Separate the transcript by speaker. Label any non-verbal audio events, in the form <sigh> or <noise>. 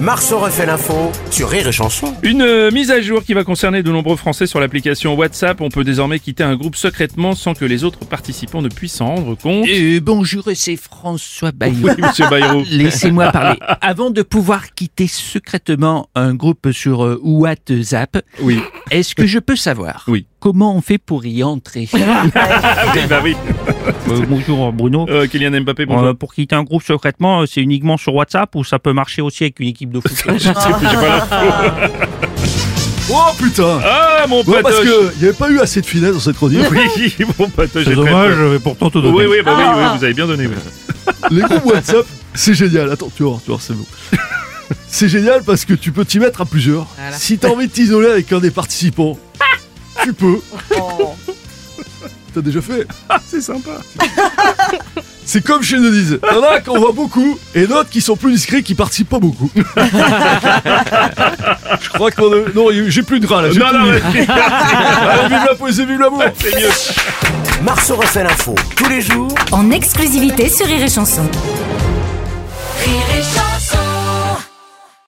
Speaker 1: Marceau refait l'info sur Rire et Chanson.
Speaker 2: Une euh, mise à jour qui va concerner de nombreux Français sur l'application WhatsApp. On peut désormais quitter un groupe secrètement sans que les autres participants ne puissent s'en rendre compte.
Speaker 3: Euh, bonjour, c'est François Bayrou.
Speaker 2: Oui, monsieur Bayrou.
Speaker 3: Laissez-moi parler. Avant de pouvoir quitter secrètement un groupe sur euh, WhatsApp,
Speaker 2: <laughs> Oui.
Speaker 3: est-ce que je peux savoir
Speaker 2: Oui.
Speaker 3: comment on fait pour y <laughs> entrer
Speaker 2: Ah oui, bah oui.
Speaker 3: Bonjour Bruno.
Speaker 2: Euh, Kylian Mbappé, bonjour.
Speaker 3: pour quitter un groupe secrètement, euh, c'est uniquement sur WhatsApp ou ça peut marcher aussi avec une équipe
Speaker 2: <laughs>
Speaker 3: de foot
Speaker 2: Je sais plus, j'ai pas l'info.
Speaker 4: Oh putain
Speaker 2: Ah, mon
Speaker 4: Ouais,
Speaker 2: patoche.
Speaker 4: Parce qu'il n'y avait pas eu assez de finesse dans cette chronique.
Speaker 2: <laughs> Oui, mon patoche. j'ai très peur.
Speaker 3: mais euh, pourtant tout
Speaker 2: Oui, oui, bah oui, oui, vous avez bien donné. oui.
Speaker 4: Les groupes WhatsApp, c'est génial. Attends, tu vas voir, tu vas voir, c'est bon. C'est génial parce que tu peux t'y mettre à plusieurs. Si t'as envie de t'isoler avec un des participants, tu peux. T'as déjà fait
Speaker 2: Ah, c'est sympa.
Speaker 4: C'est comme chez Denise. T'en as qu'on voit beaucoup et d'autres qui sont plus discrets qui participent pas beaucoup. Je crois qu'on a... Non, j'ai plus de gras là. j'ai
Speaker 2: Euh, Non,
Speaker 4: tout
Speaker 2: non,
Speaker 4: mis.
Speaker 2: mais-
Speaker 4: Allez, vive la poésie, vive l'amour
Speaker 2: c'est mieux.
Speaker 1: Marceau refait l'info tous les jours
Speaker 5: en exclusivité sur Rire et Chanson.